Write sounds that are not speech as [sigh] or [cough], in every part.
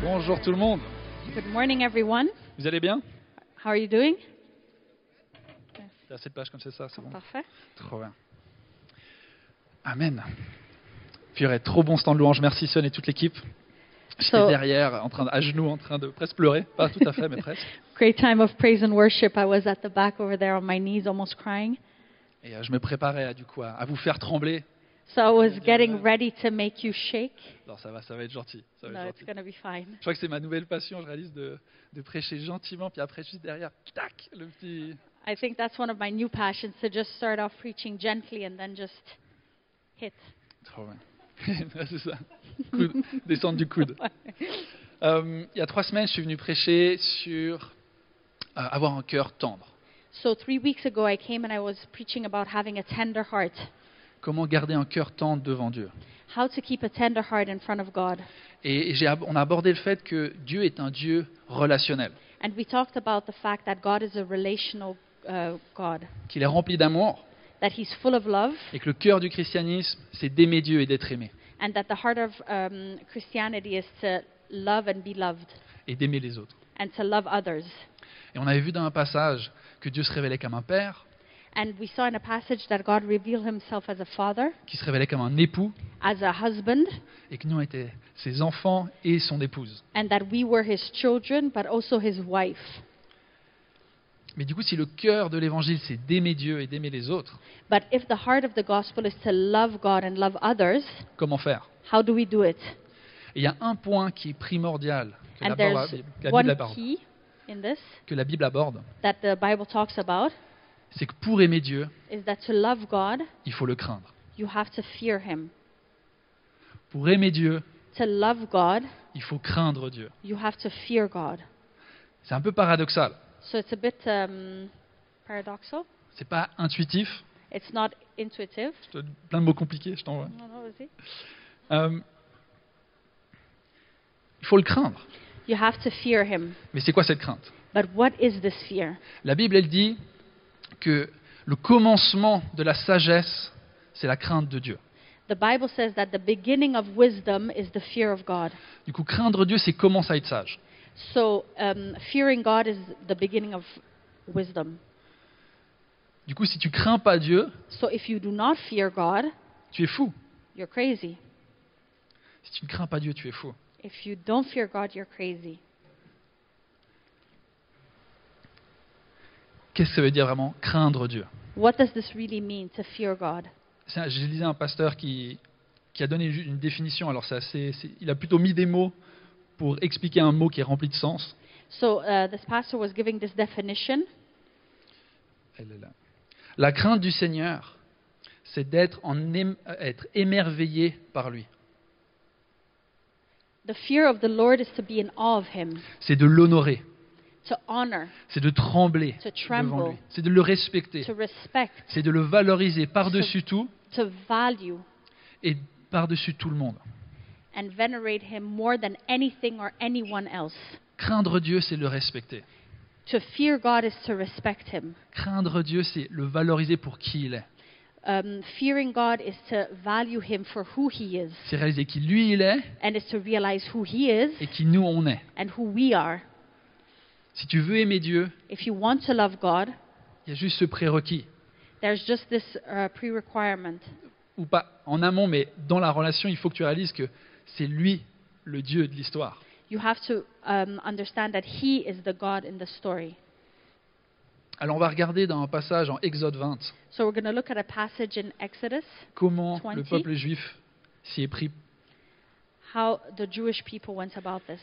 Bonjour tout le monde. Good morning, everyone. Vous allez bien How are you doing? Il y a cette page comme c'est ça, c'est bon. Parfait. Trop bien. Amen. Purée, trop bon stand de louange. Merci Son et toute l'équipe. J'étais So- derrière, en train de- à genoux, en train de presque pleurer. Pas tout à fait, mais presque. Great time of praise and worship. I was at the back over there on my knees, almost crying. Et euh, je me préparais à, du coup, à, à vous faire trembler. So I was getting ready to make you shake. Non, ça va, ça va être gentil. Ça va être No, it's gentil. going to be fine. Je crois que c'est ma nouvelle passion, je réalise, de, de prêcher gentiment, puis après, juste derrière, tac, le petit... I think that's one of my new passions to just start off preaching gently and then just hit. Trop bien. [laughs] Ouais, c'est ça. Coude. Descendre du coude. Euh, il y a trois semaines, je suis venu prêcher sur euh, avoir un cœur tendre. So three weeks ago, I came and I was preaching about having a tender heart, Comment garder un cœur tendre devant Dieu. how to keep a tender heart in front of God. Et j'ai ab- on a abordé le fait que Dieu est un Dieu relationnel, And we talked about the fact that God is a relational uh, God, qu'il est rempli d'amour that He's full of love, et que le cœur du christianisme, c'est d'aimer Dieu et d'être aimé and that the heart of um, Christianity is to love and be loved, et d'aimer les autres. and to love others. Et on avait vu dans un passage que Dieu se révélait comme un père, And we saw in a passage that God revealed Himself as a father, qu'il se révélait comme un époux as a husband, et que nous étions ses enfants et son épouse. and that we were His children, but also His wife. Mais du coup, si le cœur de l'évangile, c'est d'aimer Dieu et d'aimer les autres, But if the heart of the gospel is to love God and love others, comment faire how do we do it? Et il y a un point qui est primordial que la And Bible, there's aborde- que la Bible one aborde, key in this que la Bible aborde, that the Bible talks about c'est que pour aimer Dieu, is that to love God, il faut le craindre. you have to fear Him. Pour aimer Dieu, To love God, il faut craindre Dieu. you have to fear God. C'est un peu paradoxal. So it's a bit um, paradoxal. C'est pas intuitif. It's not intuitive. Je te donne plein de mots compliqués, je t'envoie. No, no, is it? Euh, il faut le craindre. You have to fear Him. Mais c'est quoi cette crainte But what is this fear? La Bible, elle dit que le commencement de la sagesse, c'est la crainte de Dieu. The Bible says that the beginning of wisdom is the fear of God. Du coup, craindre Dieu, c'est commencer à être sage. So um, fearing God is the beginning of wisdom. Du coup, si tu crains pas Dieu, So if you do not fear God, tu es fou. you're crazy. Si tu ne crains pas Dieu, tu es fou. If you don't fear God, you're crazy. Qu'est-ce que ça veut dire vraiment craindre Dieu What does this really mean to fear God? C'est un- Je lisais un pasteur qui, qui a donné ju- une définition. Alors, c'est assez- c'est- il a plutôt mis des mots pour expliquer un mot qui est rempli de sens. So uh, this pastor was giving this definition. Elle est là. La crainte du Seigneur, c'est d'être en ém- être émerveillé par lui. The fear of the Lord is to be in awe of Him, C'est de l'honorer, to honor, c'est de trembler To tremble. devant lui, c'est de le respecter, to respect, c'est de le valoriser par-dessus tout to value, et par-dessus tout le monde. and venerate Him more than anything or anyone else. Craindre Dieu, c'est le respecter. To fear God is to respect Him. Craindre Dieu, c'est le valoriser pour qui il est. Um, fearing God is to value Him for who He is, C'est réaliser qui lui il est and is to realize who He is et qui nous on est. and who we are. Si tu veux aimer Dieu, If you want to love God, il y a juste ce prérequis. there's just this uh, pre requirement. Ou pas en amont, mais dans la relation, il faut que tu réalises que c'est lui le Dieu de l'histoire. You have to um, understand that He is the God in the story. Alors on va regarder dans un passage en Exode 20 So we're going to look at a passage in Exodus comment 20. le peuple juif s'y est pris. how the Jewish people went about this.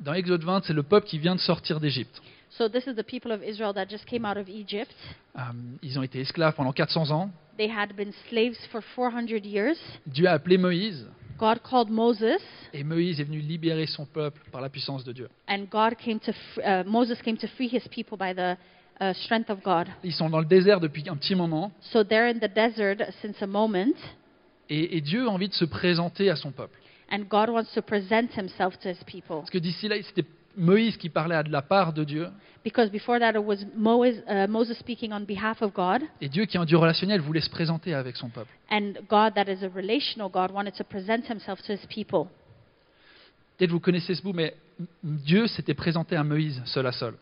Dans Exode 20, c'est le peuple qui vient de sortir d'Égypte. So this is the people of Israel that just came out of Egypt. Euh, ils ont été esclaves pendant 400 ans. They had been slaves for 400 years. Dieu a appelé Moïse God called Moses, et Moïse est venu libérer son peuple par la puissance de Dieu. and God came to fr- uh, Moses came to free his people by the uh, strength of God. Ils sont dans le désert depuis un petit moment So they're in the desert since a moment, et- et Dieu a envie de se présenter à son peuple. and God wants to present Himself to His people. Parce que d'ici là, c'était Moïse qui parlait à de la part de Dieu, Because before that, it was Moes, uh, Moses speaking on behalf of God, et Dieu qui est un Dieu relationnel voulait se présenter avec son peuple. and God, that is a relational God, wanted to present Himself to His people. Peut-être vous connaissez ce bout, mais Dieu s'était présenté à Moïse seul à seul.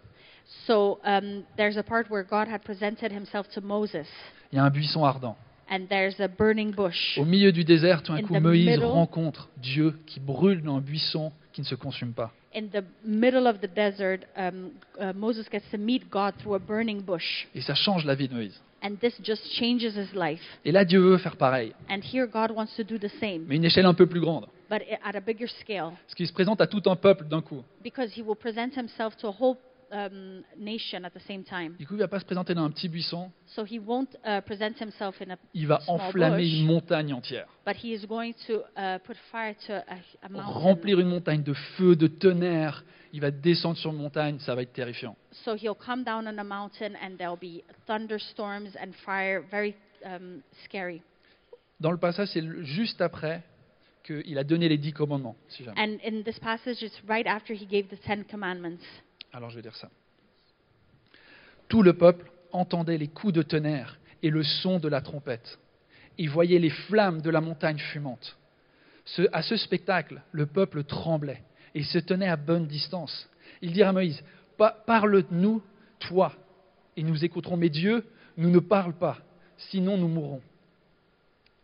So um, there's a part where God had presented himself to Moses, Il y a un buisson ardent. and there's a burning bush. Au milieu du désert, tout d'un In coup, the Moïse middle. rencontre Dieu qui brûle dans un buisson qui ne se consume pas. In the middle of the desert, um, uh, Moses gets to meet God through a burning bush, Et ça change la vie de Moïse. and this just changes his life. Et là, Dieu veut faire pareil, And here, God wants to do the same, mais une échelle un peu plus grande. but i- at a bigger scale, Parce qu'il se présente à tout un peuple d'un coup. because he will present himself to a whole um, nation at the same time. Du coup, il ne va pas se présenter dans un petit buisson, So he won't uh, present himself in a, il va Small enflammer bush. une montagne entière. but he is going to uh, put fire to a, a mountain. Remplir une montagne de feu, de tonnerre. Il va descendre sur une montagne, ça va être terrifiant. So he'll come down on a mountain, and there'll be thunderstorms and fire, very um, scary. Dans le passage, c'est le- juste après qu'il a donné les dix commandements, si jamais. And in this passage, it's right after he gave the Ten Commandments. Alors je vais dire ça. Tout le peuple entendait les coups de tonnerre et le son de la trompette, et voyait les flammes de la montagne fumante. Ce- à ce spectacle, le peuple tremblait et se tenait à bonne distance. Ils dirent à Moïse, Pa- Parle-nous, toi, et nous écouterons, mais Dieu nous ne parle pas, sinon nous mourrons.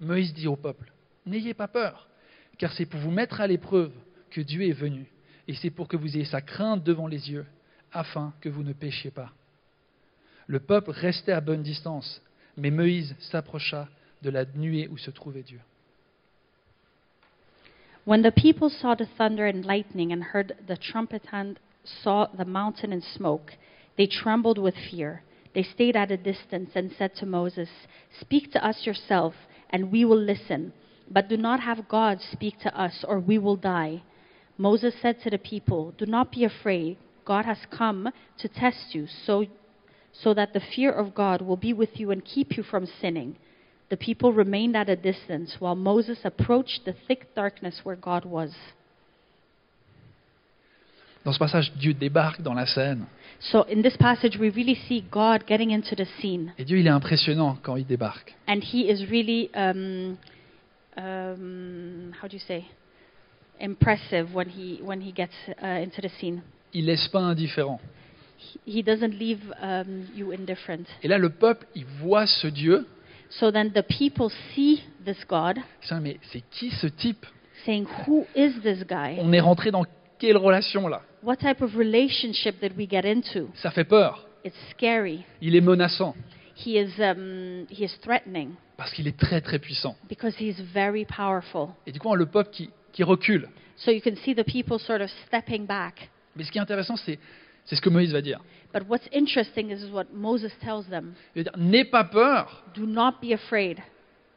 Moïse dit au peuple, N'ayez pas peur, car c'est pour vous mettre à l'épreuve que Dieu est venu, et c'est pour que vous ayez sa crainte devant les yeux, afin que vous ne péchiez pas. Le peuple restait à bonne distance, mais Moïse s'approcha de la nuée où se trouvait Dieu. When the people saw the thunder and lightning and heard the trumpet and saw the mountain in smoke, they trembled with fear. They stayed at a distance and said to Moses, Speak to us yourself, and we will listen. But do not have God speak to us, or we will die. Moses said to the people, Do not be afraid. God has come to test you, so, so that the fear of God will be with you and keep you from sinning. The people remained at a distance while Moses approached the thick darkness where God was. Dans ce passage, Dieu débarque dans la scène, So in this passage, we really see God getting into the scene, et Dieu, il est impressionnant quand il débarque. and He is really, um, um, how do you say, impressive when He when He gets uh, into the scene. Il laisse pas indifférent. He, he doesn't leave um, you indifferent. Et là, le peuple, il voit ce Dieu, So then the people see this God, il se dit, mais c'est qui ce type saying, "Who is this guy? On est rentré dans quelle relation là What type of relationship did we get into? Ça fait peur. It's scary." Il est menaçant, He is, um, he is threatening parce qu'il est très très puissant. because he's very powerful. Et du coup, on a le peuple qui, qui recule. So you can see the people sort of stepping back. Mais ce qui est intéressant, c'est c'est ce que Moïse va dire. But what's interesting is what Moses tells them Il va dire N'aie pas peur, do not be afraid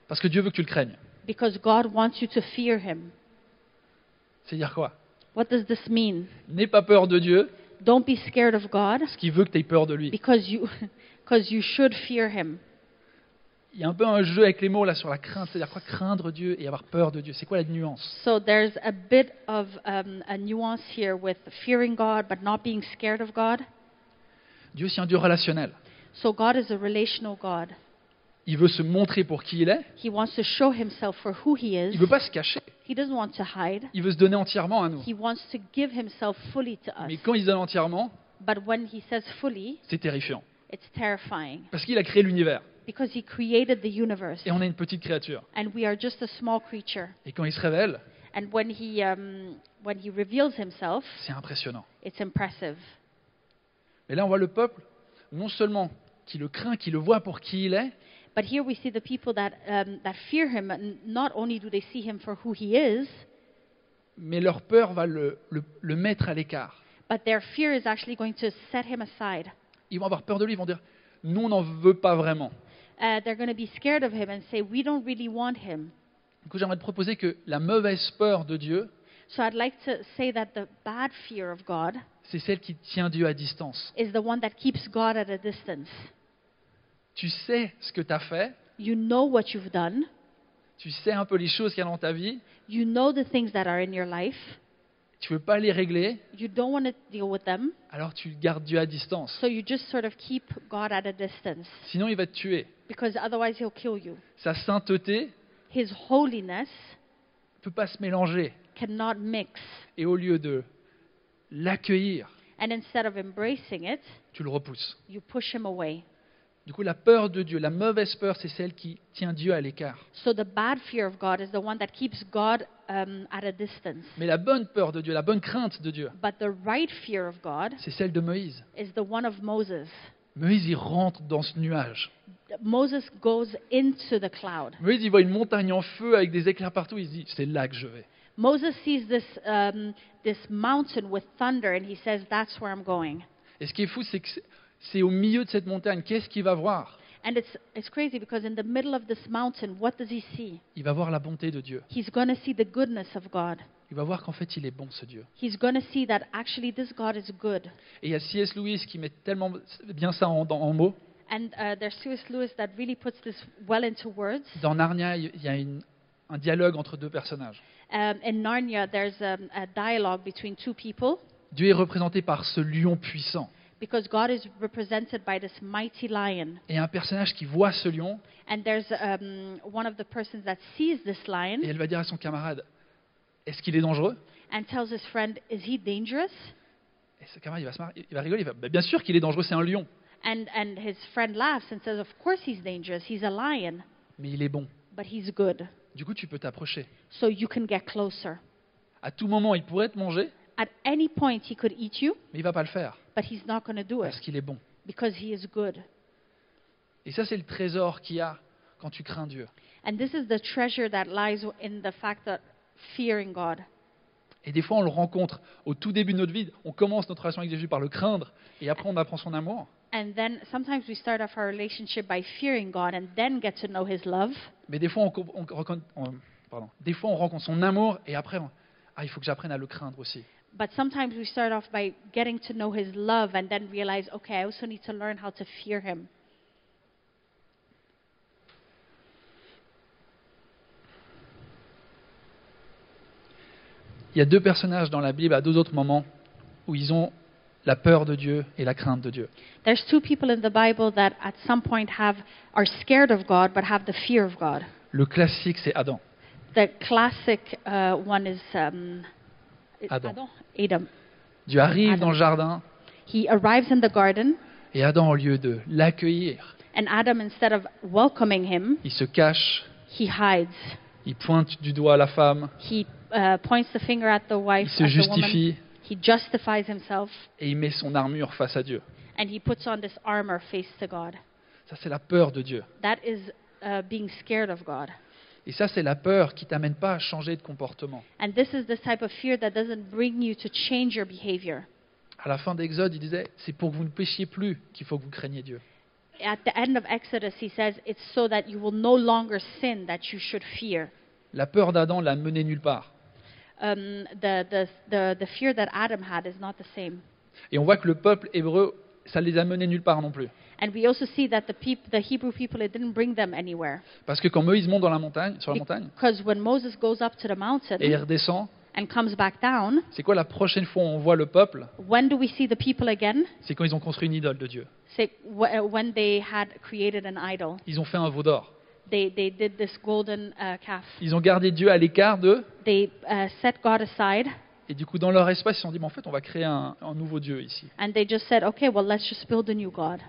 parce que Dieu veut que tu le craignes. because God wants you to fear him. C'est dire quoi What does this mean? N'aie pas peur de Dieu, Don't be scared of God parce qu'il veut que tu aies peur de lui. because you, [laughs] because you should fear him. Il y a un peu un jeu avec les mots là sur la crainte. C'est-à-dire quoi Craindre Dieu et avoir peur de Dieu. C'est quoi la nuance So there's a bit of um, a nuance here with fearing God but not being scared of God. Dieu, c'est un Dieu relationnel. So God is a relational God. Il veut se montrer pour qui il est. He wants to show himself for who he is. Il veut pas se cacher. He doesn't want to hide. Il veut se donner entièrement à nous. He wants to give himself fully to us. Mais quand il se donne entièrement, But when he says fully, c'est terrifiant. it's terrifying Parce qu'il a créé l'univers. because he created the universe Et on est une petite créature. and we are just a small creature. Et quand il se révèle, And when he, um, when he reveals himself, c'est impressionnant. it's impressive. Mais là, on voit le peuple, non seulement qui le craint, qui le voit pour qui il est, But here we see the people that, um, that fear him, and not only do they see him for who he is, mais leur peur va le, le- le mettre à l'écart. but their fear is actually going to set him aside. Ils vont avoir peur de lui, ils vont dire Nous, on n'en veut pas vraiment. Uh, they're going to be scared of him and say, We don't really want him. Du coup, j'aimerais te proposer que la mauvaise peur de Dieu, So I'd like to say that the bad fear of God c'est celle qui tient Dieu à distance. is the one that keeps God at a distance. Tu sais ce que tu as fait, You know what you've done, tu sais un peu les choses qu'il y a dans ta vie, you know the things that are in your life, tu veux pas les régler, you don't want to deal with them, alors tu gardes Dieu à distance. so you just sort of keep God at a distance Sinon, il va te tuer. because otherwise He'll kill you. Sa sainteté His holiness ne peut pas se mélanger. cannot mix. Et au lieu de l'accueillir, And instead of embracing it, tu le repousses. you push him away. Du coup, la peur de Dieu, la mauvaise peur, c'est celle qui tient Dieu à l'écart. So the bad fear of God is the one that keeps God um, at a distance. Mais la bonne peur de Dieu, la bonne crainte de Dieu, But the right fear of God c'est celle de Moïse. is the one of Moses. Moïse, il rentre dans ce nuage. Moses goes into the cloud. Moïse, il voit une montagne en feu avec des éclairs partout. Il se dit, c'est là que je vais. Moses sees this, um, this mountain with thunder and he says, That's where I'm going. Et ce qui est fou, c'est que c'est- c'est au milieu de cette montagne. Qu'est-ce qu'il va voir And it's, it's crazy because in the middle of this mountain, what does he see? Il va voir la bonté de Dieu. He's going to see the goodness of God. Il va voir qu'en fait, il est bon, ce Dieu. He's going to see that actually this God is good. Et il y a C.S. Lewis qui met tellement bien ça en, dans- en mots. And uh, there's C.S. Lewis that really puts this well into words. Dans Narnia, il y a une- un dialogue entre deux personnages. Um, in Narnia, there's um, a dialogue between two people Dieu est représenté par ce lion puissant. because God is represented by this mighty lion. Et un personnage qui voit ce lion, And there's um, one of the persons that sees this et lion elle va dire à son camarade, est-ce qu'il est dangereux and tells his friend, Is he dangerous? Et ce camarade, il va se marrer, il va rigoler, il va, Bah, bien sûr qu'il est dangereux, c'est un lion. And, and his friend laughs and says, Of course he's dangerous. He's a lion, Mais il est bon. but he's good. Du coup, tu peux t'approcher. So you can get closer. À tout moment, il pourrait te manger, At any point, he could eat you, mais il va pas le faire, but he's not going to do it parce qu'il est bon. because he is good. Et ça, c'est le trésor qu'il y a quand tu crains Dieu. And this is the treasure that lies in the fact that fearing God. Et des fois, on le rencontre au tout début de notre vie. On commence notre relation avec Jésus par le craindre, et après, on apprend son amour. And then sometimes we start off our relationship by fearing God and then get to know His love. Mais des fois, on, com- on recon- on- pardon. Des fois, on rencontre son amour, et après, on- ah, il faut que j'apprenne à le craindre aussi. But sometimes we start off by getting to know His love and then realize, okay, I also need to learn how to fear Him. Il y a deux personnages dans la Bible à deux autres moments où ils ont la peur de Dieu et la crainte de Dieu. There's two people in the Bible that at some point have are scared of God but have the fear of God. Le classique, c'est Adam. The classic uh, one is um, is Adam. Adam. Dieu arrive Adam. dans le jardin He arrives in the garden, et Adam, au lieu de l'accueillir, and Adam, instead of welcoming him, il se cache, he hides. il pointe du doigt la femme, He uh, points the finger at the il wife, se at the woman. justifie He justifies himself, et il met son armure face à Dieu. and he puts on this armor face to God. Ça, c'est la peur de Dieu. That is uh, being scared of God. Et ça, c'est la peur qui t'amène pas à changer de comportement. And this is the type of fear that doesn't bring you to change your behavior. À la fin d'Exode, il disait, c'est pour que vous ne péchiez plus qu'il faut que vous craigniez Dieu. At the end of Exodus, he says, It's so that you will no longer sin that you should fear. La peur d'Adam l'a mené nulle part. Um, the, the, the, the fear that Adam had is not the same. Et on voit que le peuple hébreu, ça les a menés nulle part non plus. And we also see that the, peop- the Hebrew people, it didn't bring them anywhere. Parce que quand Moïse monte dans la montagne, sur la montagne, Because when Moses goes up to the et il mountain redescend, and comes back down, c'est quoi la prochaine fois où on voit le peuple when do we see the people again? C'est quand ils ont construit une idole de Dieu. Say, wh- uh, when they had created an idol. Ils ont fait un veau d'or. They, they did this golden uh, calf. Ils ont gardé Dieu à l'écart d'eux, They uh, set God aside et du coup, dans leur espace, ils se sont dit, mais en fait, on va créer un, un nouveau Dieu ici. and they just said, okay, well, let's just build a new God.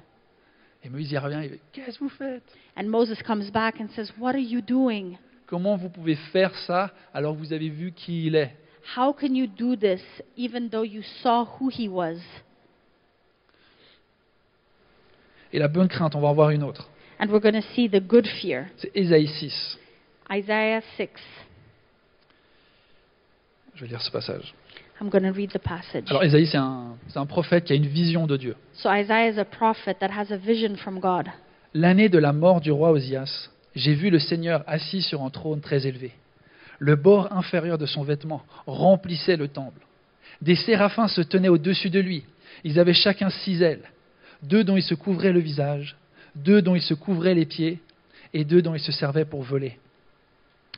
Et Moïse y revient, il dit, qu'est-ce que vous faites And Moses comes back and says, What are you doing? Comment vous pouvez faire ça alors que vous avez vu qui il est How can you do this even though you saw who he was? Et la bonne crainte, on va en voir une autre. And we're going to see the good fear. C'est Ésaïe 6. Isaiah 6. Je vais lire ce passage. I'm going to read the passage. Alors, Ésaïe, c'est un, c'est un prophète qui a une vision de Dieu. So, Isaiah is a prophet that has a vision from God. L'année de la mort du roi Osias, j'ai vu le Seigneur assis sur un trône très élevé. Le bord inférieur de son vêtement remplissait le temple. Des séraphins se tenaient au-dessus de lui. Ils avaient chacun six ailes, deux dont ils se couvraient le visage, deux dont ils se couvraient les pieds, et deux dont ils se servaient pour voler.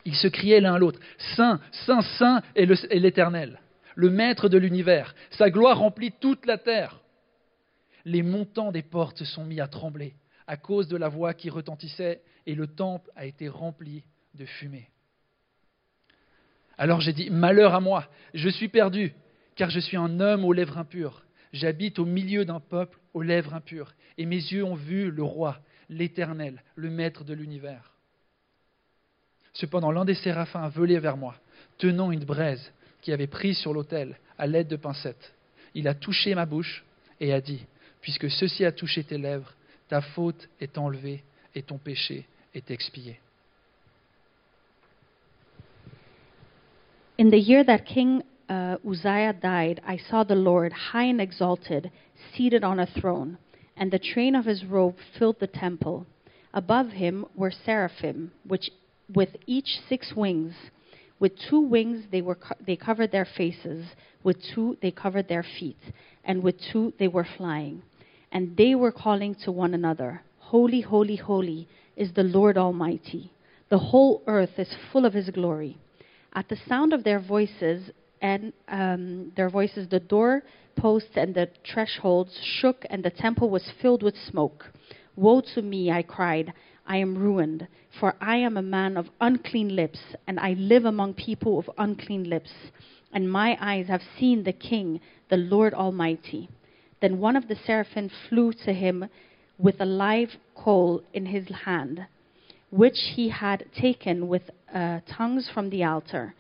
Ils se criaient l'un à l'autre, Saint, Saint, Saint est le- est l'Éternel, le Maître de l'univers, sa gloire remplit toute la terre. Les montants des portes se sont mis à trembler à cause de la voix qui retentissait, et le temple a été rempli de fumée. Alors j'ai dit, Malheur à moi, je suis perdu, car je suis un homme aux lèvres impures. J'habite au milieu d'un peuple aux lèvres impures, et mes yeux ont vu le roi, l'Éternel, le Maître de l'univers. Cependant, l'un des séraphins a volé vers moi, tenant une braise qui avait prise sur l'autel à l'aide de pincettes. Il a touché ma bouche et a dit, Puisque ceci a touché tes lèvres, ta faute est enlevée et ton péché est expié. In the year that King uh, Uzziah died, I saw the Lord high and exalted, seated on a throne, and the train of his robe filled the temple. Above him were seraphim, which with each six wings. With two wings they were co- they covered their faces, with two they covered their feet, and with two they were flying. And they were calling to one another, Holy, holy, holy is the Lord Almighty. The whole earth is full of his glory. At the sound of their voices and um, their voices, the doorposts and the thresholds shook, and the temple was filled with smoke. Woe to me, I cried. I am ruined, for I am a man of unclean lips, and I live among people of unclean lips. And my eyes have seen the King, the Lord Almighty. Then one of the seraphim flew to him with a live coal in his hand, which he had taken with uh, tongues from the altar.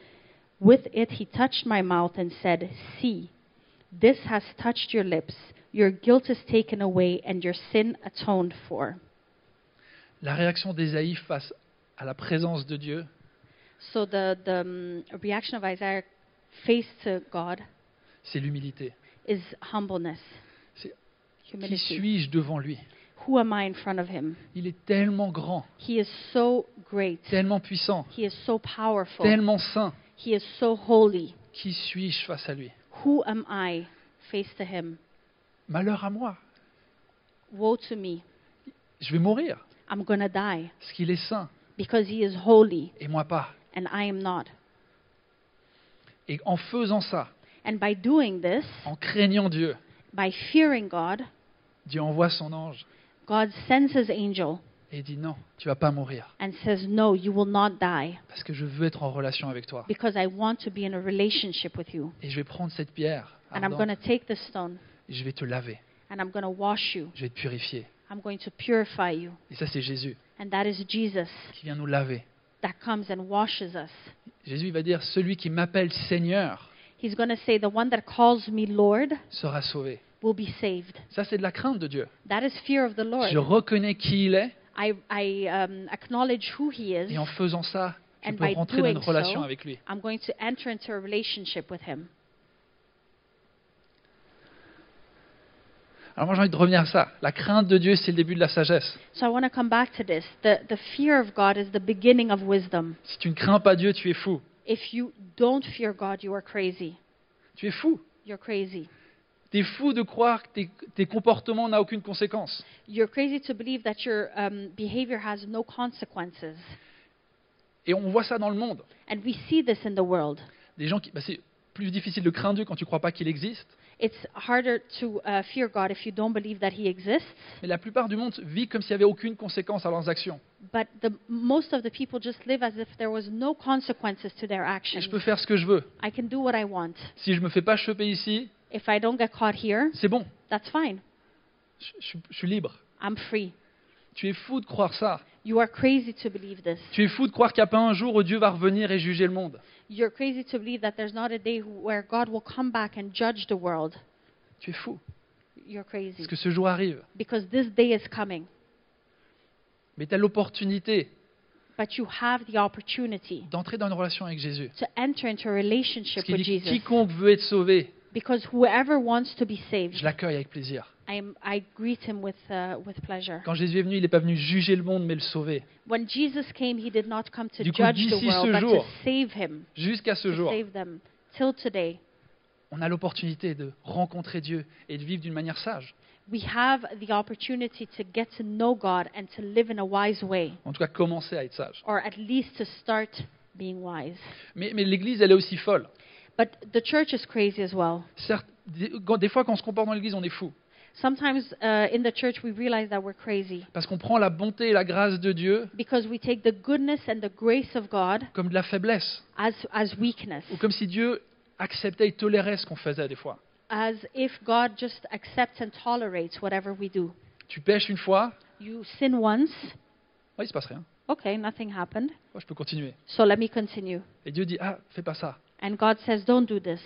With it he touched my mouth and said, See, this has touched your lips. Your guilt is taken away, and your sin atoned for. La réaction d'Ésaïe face à la présence de Dieu, So the, the um, reaction of Isaiah face to God c'est l'humilité. is humbleness, C'est- Qui humility. suis-je devant lui Who am I in front of him? Il est tellement grand, He is so great. tellement puissant, He is so powerful. tellement saint. He is so holy. Qui suis-je face à lui Who am I face to him? Malheur à moi, Woe to me. je vais mourir, I'm going to die parce qu'il est saint, because he is holy et moi pas. and I am not. Et en faisant ça, And by doing this, en craignant Dieu, by fearing God, Dieu envoie son ange God sends his angel et dit non, tu vas pas mourir, and says, No, you will not die parce que je veux être en relation avec toi. because I want to be in a relationship with you. Et je vais prendre cette pierre, And I'm ardente, going to take this stone et je vais te laver, and I'm going to wash you. je vais te purifier. I'm going to purify you. Et ça, c'est Jésus And that is Jesus qui vient nous laver. that comes and washes us. Jésus il va dire, celui qui m'appelle Seigneur He's going to say, The one that calls me Lord sera sauvé. will be saved. Ça, c'est de la crainte de Dieu. That is fear of the Lord. Je reconnais qui il est, I, I um, acknowledge who He is. et en faisant ça, je And peux by rentrer dans une doing so- relation avec lui. I'm going to enter into a relationship with Him. Alors moi, j'ai envie de revenir à ça. La crainte de Dieu, c'est le début de la sagesse. So I want to come back to this. The, the fear of God is the beginning of wisdom. Si tu ne crains pas Dieu, tu es fou. If you don't fear God, you are crazy. Tu es fou. You're crazy. T'es fou de croire que tes, tes comportements n'ont aucune conséquence. You're crazy to believe that your um, behavior has no consequences. Et on voit ça dans le monde. And we see this in the world. Des gens qui, bah, c'est plus difficile de craindre Dieu quand tu ne crois pas qu'il existe. It's harder to uh, fear God if you don't believe that He exists. Mais la plupart du monde vit comme s'il n'y avait aucune conséquence à leurs actions. But the, most of the people just live as if there was no consequences to their Et actions. je peux faire ce que je veux. I can do what I want. Si je me fais pas choper ici, If I don't get caught here, c'est bon. that's fine. Je, je- je suis libre. I'm free. Tu es fou de croire ça. You are crazy to believe this. Tu es fou de croire qu'il n'y a pas un jour où Dieu va revenir et juger le monde. You're crazy to believe that there's not a day who- where God will come back and judge the world. Tu es fou. You're crazy. Parce que ce jour arrive. Because this day is coming. Mais tu as l'opportunité But you have the opportunity d'entrer dans une relation avec Jésus. to enter into a Parce relationship qu'il with dit Jesus. quiconque veut être sauvé, Because whoever wants to be je saved, l'accueille avec plaisir. I, am, I greet him with, uh, with pleasure. Quand Jésus est venu, il n'est pas venu juger le monde, mais le sauver. When Jesus came, he did not come to Du coup, judge the d'ici world, ce but jour, to save him, Jusqu'à ce to jour, save them. Till today, on a l'opportunité de rencontrer Dieu et de vivre d'une manière sage. we have the opportunity to get to know God and to live in a wise way, En tout cas, commencer à être sage. or at least to start being wise. Mais, mais l'Église, elle est aussi folle. But the church is crazy as well. Certes, des, quand- des fois, quand on se comporte dans l'Église, on est fou. Sometimes uh, in the church, we realize that we're crazy Parce qu'on prend la bonté et la grâce de Dieu because we take the goodness and the grace of God comme de la faiblesse, as, as weakness, ou comme si Dieu acceptait et tolérait ce qu'on faisait des fois. as if God just accepts and tolerates whatever we do. Tu pêches une fois, You sin once, ouais, il se passe rien. okay, nothing happened, Ouais, je peux continuer. so let me continue. Et Dieu dit Ah, fais pas ça. And God says, don't do this.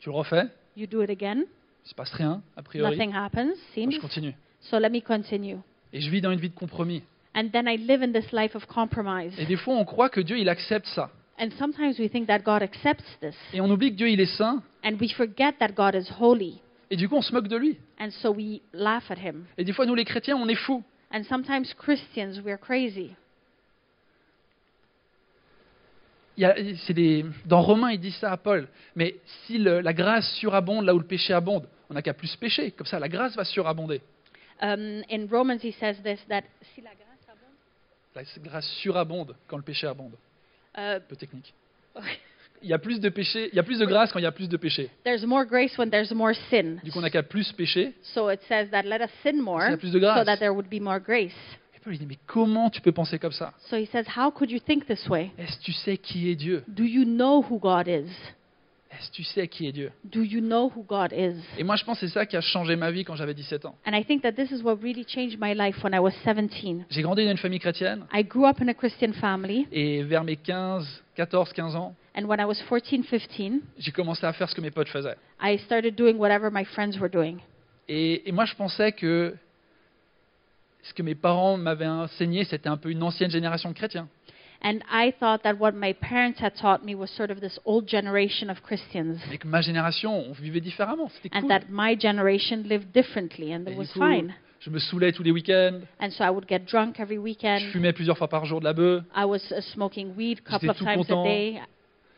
Tu le refais, You do it again, il se passe rien, a priori. nothing happens, Moi, seems, je continue. so let me continue. Et je vis dans une vie de compromis. And then I live in this life of compromise. Et des fois, on croit que Dieu, il accepte ça. And sometimes we think that God accepts this, Et on oublie que Dieu, il est saint. and we forget that God is holy, Et du coup, on se moque de lui. and so we laugh at him. Et des fois, nous, les chrétiens, on est fous. And sometimes Christians, we're crazy. Il y a- c'est des- Dans Romains, il dit ça à Paul. Mais si le- la grâce surabonde là où le péché abonde, on n'a qu'à plus pécher. Comme ça, la grâce va surabonder. Um, in Romans, he says this that si la grâce abonde- La grâce surabonde quand le péché abonde. Uh, Un peu technique. Il y a plus de péché, il y a plus de grâce quand il y a plus de péché. there's more grace when there's more sin. Du coup, on n'a qu'à plus pécher. So it says that let us Parce qu'il y sin more a plus de so grâce. that there would be more grace. Et Paul il dit mais comment tu peux penser comme ça So he says, How could you think this way? Est-ce que tu sais qui est Dieu Do you know who God is? Est-ce que tu sais qui est Dieu Do you know who God is? Et moi, je pense que c'est ça qui a changé ma vie quand j'avais 17 ans. And I think that this is what really changed my life when I was 17. J'ai grandi dans une famille chrétienne I grew up in a Christian family, et vers mes 15, 14, 15 ans, and when I was 14, 15, j'ai commencé à faire ce que mes potes faisaient. I started doing whatever my friends were doing. Et, et moi, je pensais que ce que mes parents m'avaient enseigné, c'était un peu une ancienne génération de chrétiens. And I thought that what my parents had taught me was sort of this old generation of Christians, Mais que ma génération, on vivait différemment. C'était and cool. that my generation lived differently, and Et it du was coup, fine. Je me saoulais tous les week-ends, And so I would get drunk every je weekend. fumais plusieurs fois par jour de la beuh, I was uh, smoking weed a J'étais couple of tout times content. a day.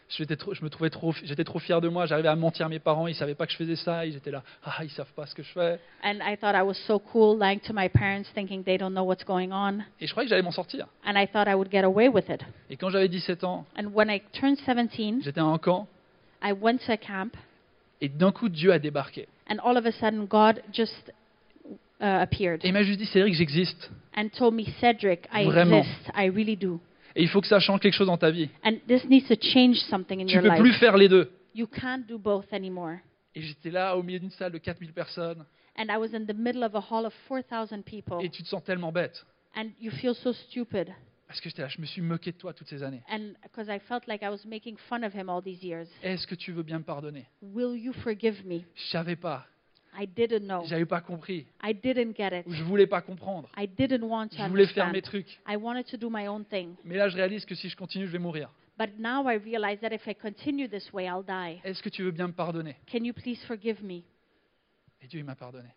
je, m'étais trop- je me trouvais trop, j'étais trop fier de moi, j'arrivais à mentir à mes parents, ils savaient pas que je faisais ça, ils étaient là, ah, ils savent pas ce que je fais. And I thought I was so cool, lying to my parents, thinking they don't know what's going on. Et je croyais que j'allais m'en sortir. And I thought I would get away with it. Et quand j'avais 17 ans, And when I turned 17, j'étais à un camp, I went to a camp, et d'un coup, Dieu a débarqué. and all of a sudden, God just uh, appeared Et il m'a juste dit, Cédric, j'existe. and told me, Cedric, I Vraiment. exist. I really do. Et il faut que ça change quelque chose dans ta vie. And this needs to change something in Tu your peux life. plus faire les deux. You can't do both anymore. Et j'étais là au milieu d'une salle de 4000 personnes. And I was in the middle of a hall of 4,000 people, Et tu te sens tellement bête. and you feel so stupid. Parce que j'étais là, je me suis moqué de toi toutes ces années. And because I felt like I was making fun of him all these years. Est-ce que tu veux bien me pardonner Will you forgive me? Je savais pas. I didn't know. J'avais pas compris. I didn't get it. Ou je voulais pas comprendre. I didn't want to Je voulais faire mes understand. trucs. I wanted to do my own thing. Mais là, je réalise que si je continue, je vais mourir. But now I realize that if I continue this way, I'll die. Est-ce que tu veux bien me pardonner Can you please forgive me? Et Dieu, il m'a pardonné.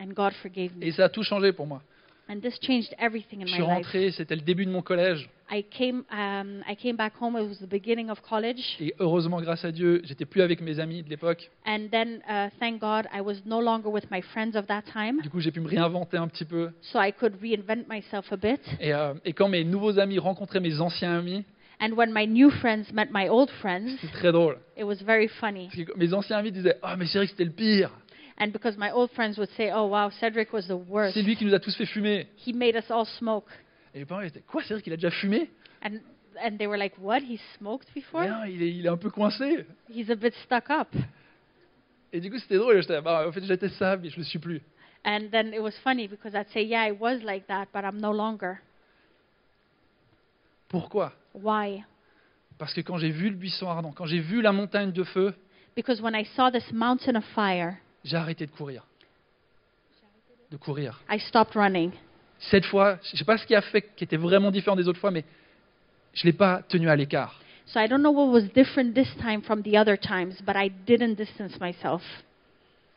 And God forgave Et me. ça a tout changé pour moi. And this changed everything Mm. in Je my suis life. rentré, c'était le début de mon collège. I came, um, I came back home. It was the beginning of college. Et heureusement, grâce à Dieu, j'étais plus avec mes amis de l'époque. And then, uh, thank God, I was no longer with my friends of that time. Du coup, j'ai pu me réinventer un petit peu. So I could reinvent myself a bit. Et, euh, et quand mes nouveaux amis rencontraient mes anciens amis, And when my new friends met my old friends, c'était très drôle. it was very funny. Parce que mes anciens amis disaient Ah, mais c'est vrai que c'était le pire. And because my old friends would say, oh, wow, Cedric was the worst. C'est lui qui nous a tous fait fumer. He made us all smoke. Et mes parents ils étaient Quoi, c'est vrai qu'il a déjà fumé And, and they were like, what? He smoked Mais before? non, il est, il est un peu coincé. He's a bit stuck up. Et du coup, c'était drôle. J'étais, bah, en fait, j'étais ça, mais je le suis plus. And then it was funny because I'd say, yeah, I was like that, but I'm no longer. Pourquoi Why? Parce que quand j'ai vu le buisson ardent, quand j'ai vu la montagne de feu, Because when I saw this mountain of fire, j'ai arrêté de courir. De courir. I stopped running. Cette fois, je sais pas ce qui a fait qui était vraiment différent des autres fois, mais je l'ai pas tenu à l'écart. So I don't know what was different this time from the other times, but I didn't distance myself.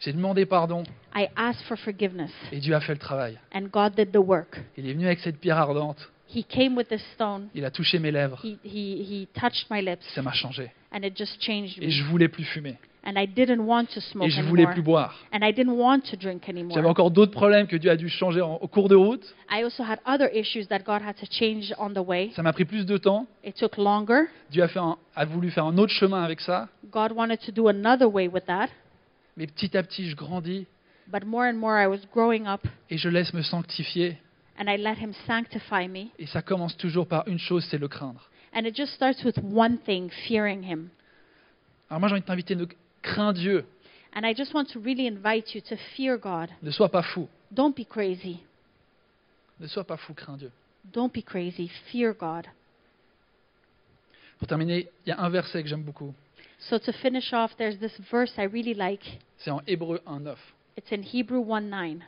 J'ai demandé pardon I asked for forgiveness, et Dieu a fait le travail. and God did the work. Il est venu avec cette pierre ardente, He came with this stone. il a touché mes lèvres, He, he, he touched my lips, ça m'a changé. and it just changed Et me. je voulais plus fumer. And I didn't want to Et smoke je voulais anymore. plus boire. And I didn't want to drink J'avais anymore. encore d'autres problèmes que Dieu a dû changer en- au cours de route. I also had other issues that God had to change on the way. Ça m'a pris plus de temps. It took longer. Dieu a, fait un- a voulu faire un autre chemin avec ça. God wanted to do another way with that. Mais petit à petit, je grandis But more and more I was growing up, et je laisse me sanctifier. and I let Him sanctify me. Et ça commence toujours par une chose, c'est le craindre. And it just starts with one thing fearing Him. Alors moi, j'ai envie de t'inviter, ne crains Dieu, And I just want to really invite you to fear God. ne sois pas fou, Don't be crazy. ne sois pas fou, crains Dieu. Don't be crazy. Fear God. Pour terminer, il y a un verset que j'aime beaucoup, So to finish off, there's this verse I really like. c'est en Hébreu 1.9. It's in Hebrew 1 9.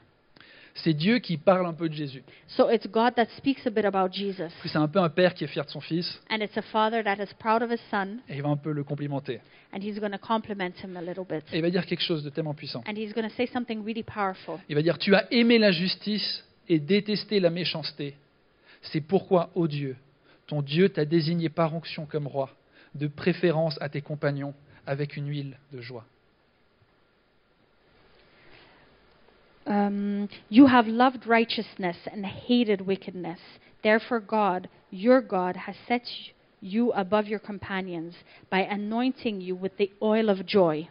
C'est Dieu qui parle un peu de Jésus. So it's God that speaks a bit about Jesus. Parce que C'est un peu un père qui est fier de son fils, And it's a father that is proud of his son, et il va un peu le complimenter. and he's going to compliment him a little bit. Et il va dire quelque chose de tellement puissant. And he's going to say something really powerful. Il va dire, tu as aimé la justice et détesté la méchanceté. C'est pourquoi, ô Dieu, ton Dieu t'a désigné par onction comme roi, de préférence à tes compagnons, avec une huile de joie. Um, you have loved righteousness and hated wickedness. Therefore, God, your God, has set you above your companions by anointing you with the oil of joy.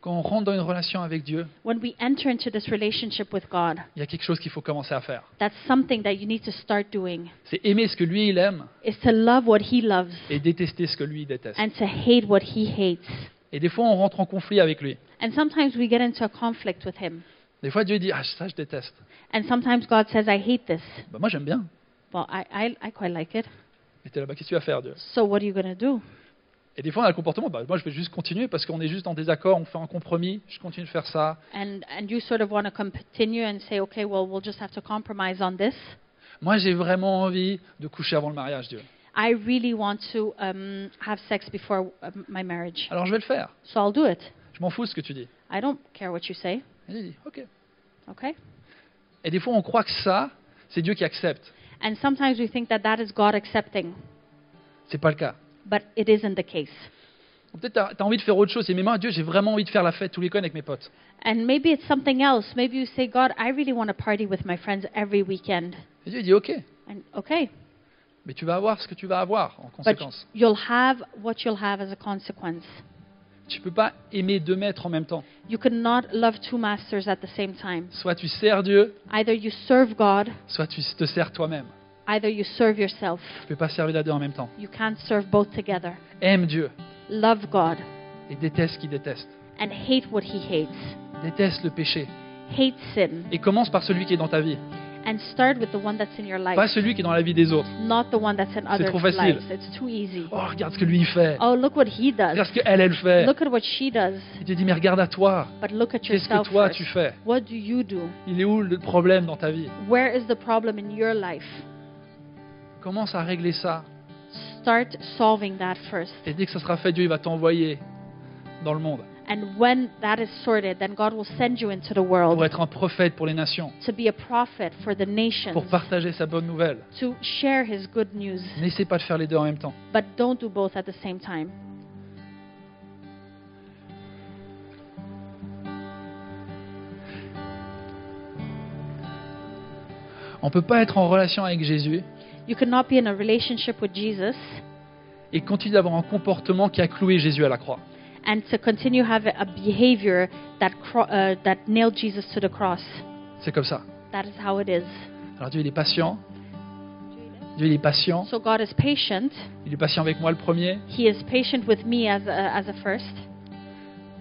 Quand on rentre dans une relation avec Dieu, When we enter into this relationship with God, il y a quelque chose qu'il faut commencer à faire. that's something that you need to start doing C'est aimer ce que lui, il aime is to love what he loves et détester ce que lui, il déteste. and to hate what he hates. Et des fois, on rentre en conflit avec lui. And sometimes we get into a conflict with him. Des fois, Dieu dit, ah, ça, je déteste. And sometimes God says, I hate this. Bah, moi, j'aime bien. Well, I, I, I quite like it. Mais t'es là-bas, qu'est-ce que tu vas faire, Dieu So what are you going to do? Et des fois, on a le comportement, bah, moi, je vais juste continuer parce qu'on est juste en désaccord, on fait un compromis, je continue de faire ça. And, and you sort of want to continue and say, okay, well, we'll just have to compromise on this. Moi, j'ai vraiment envie de coucher avant le mariage, Dieu. I really want to um, have sex before uh, my marriage. Alors, je vais le faire. So I'll do it. Je m'en fous de ce que tu dis. I don't care what you say, Et il dit, OK. okay? Et des fois, on croit que ça, c'est Dieu qui accepte. And sometimes we think that that is God accepting, C'est pas le cas. but it isn't the case. Peut-être tu as, envie de faire autre chose. Et mais moi, Dieu, j'ai vraiment envie de faire la fête tous les week-ends avec mes potes. And maybe it's something else. Maybe you say, God, I really want to party with my friends every weekend. Et Dieu il dit, OK, And okay, mais tu vas avoir ce que tu vas avoir en but conséquence. you'll have what you'll have as a consequence. Tu peux pas aimer deux maîtres en même temps. You cannot love two masters at the same time. Soit tu sers Dieu, Either you serve God, soit tu te sers toi-même. either you serve yourself. Tu peux pas servir les deux en même temps. You can't serve both together. Aime Dieu Love God et déteste ce qui déteste. and hate what He hates. Déteste le péché Hate sin et commence par celui qui est dans ta vie, and start with the one that's in your pas life, celui qui est dans la vie des autres. not the one that's in others' trop facile. lives. It's too easy. Oh, regarde ce que lui il fait. Oh, look what he does. Regarde ce qu'elle, elle fait. Look at what she does. Il te dit, mais regarde à toi. But look at Qu'est-ce que yourself. toi first. tu fais What do you do? Il est où le problème dans ta vie Where is the problem in your life? Commence à régler ça. Start solving that first. Et dès que ça sera fait, Dieu il va t'envoyer dans le monde And when that is sorted, then God will send you into the world pour être un prophète pour les nations, to be a prophet for the nations, pour partager sa bonne nouvelle. to share his good news. N'essaie pas de faire les deux en même temps. But don't do both at the same time. On ne peut pas être en relation avec Jésus You cannot be in a relationship with Jesus et continuer d'avoir un comportement qui a cloué Jésus à la croix. and to continue have a behavior that cro- uh, that nailed Jesus to the cross. C'est comme ça. That is how it is. Alors Dieu il est patient. Dieu il est patient. So God is patient. Il est patient avec moi le premier, He is patient with me as a, as a first,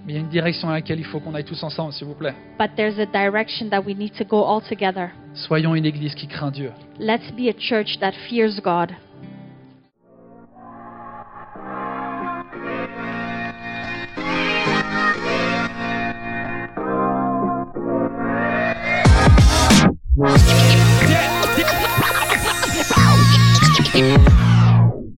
mais il y a une direction à laquelle il faut qu'on aille tous ensemble, s'il vous plaît. but there's a direction that we need to go all together. Soyons une église qui craint Dieu. Let's be a church that fears God.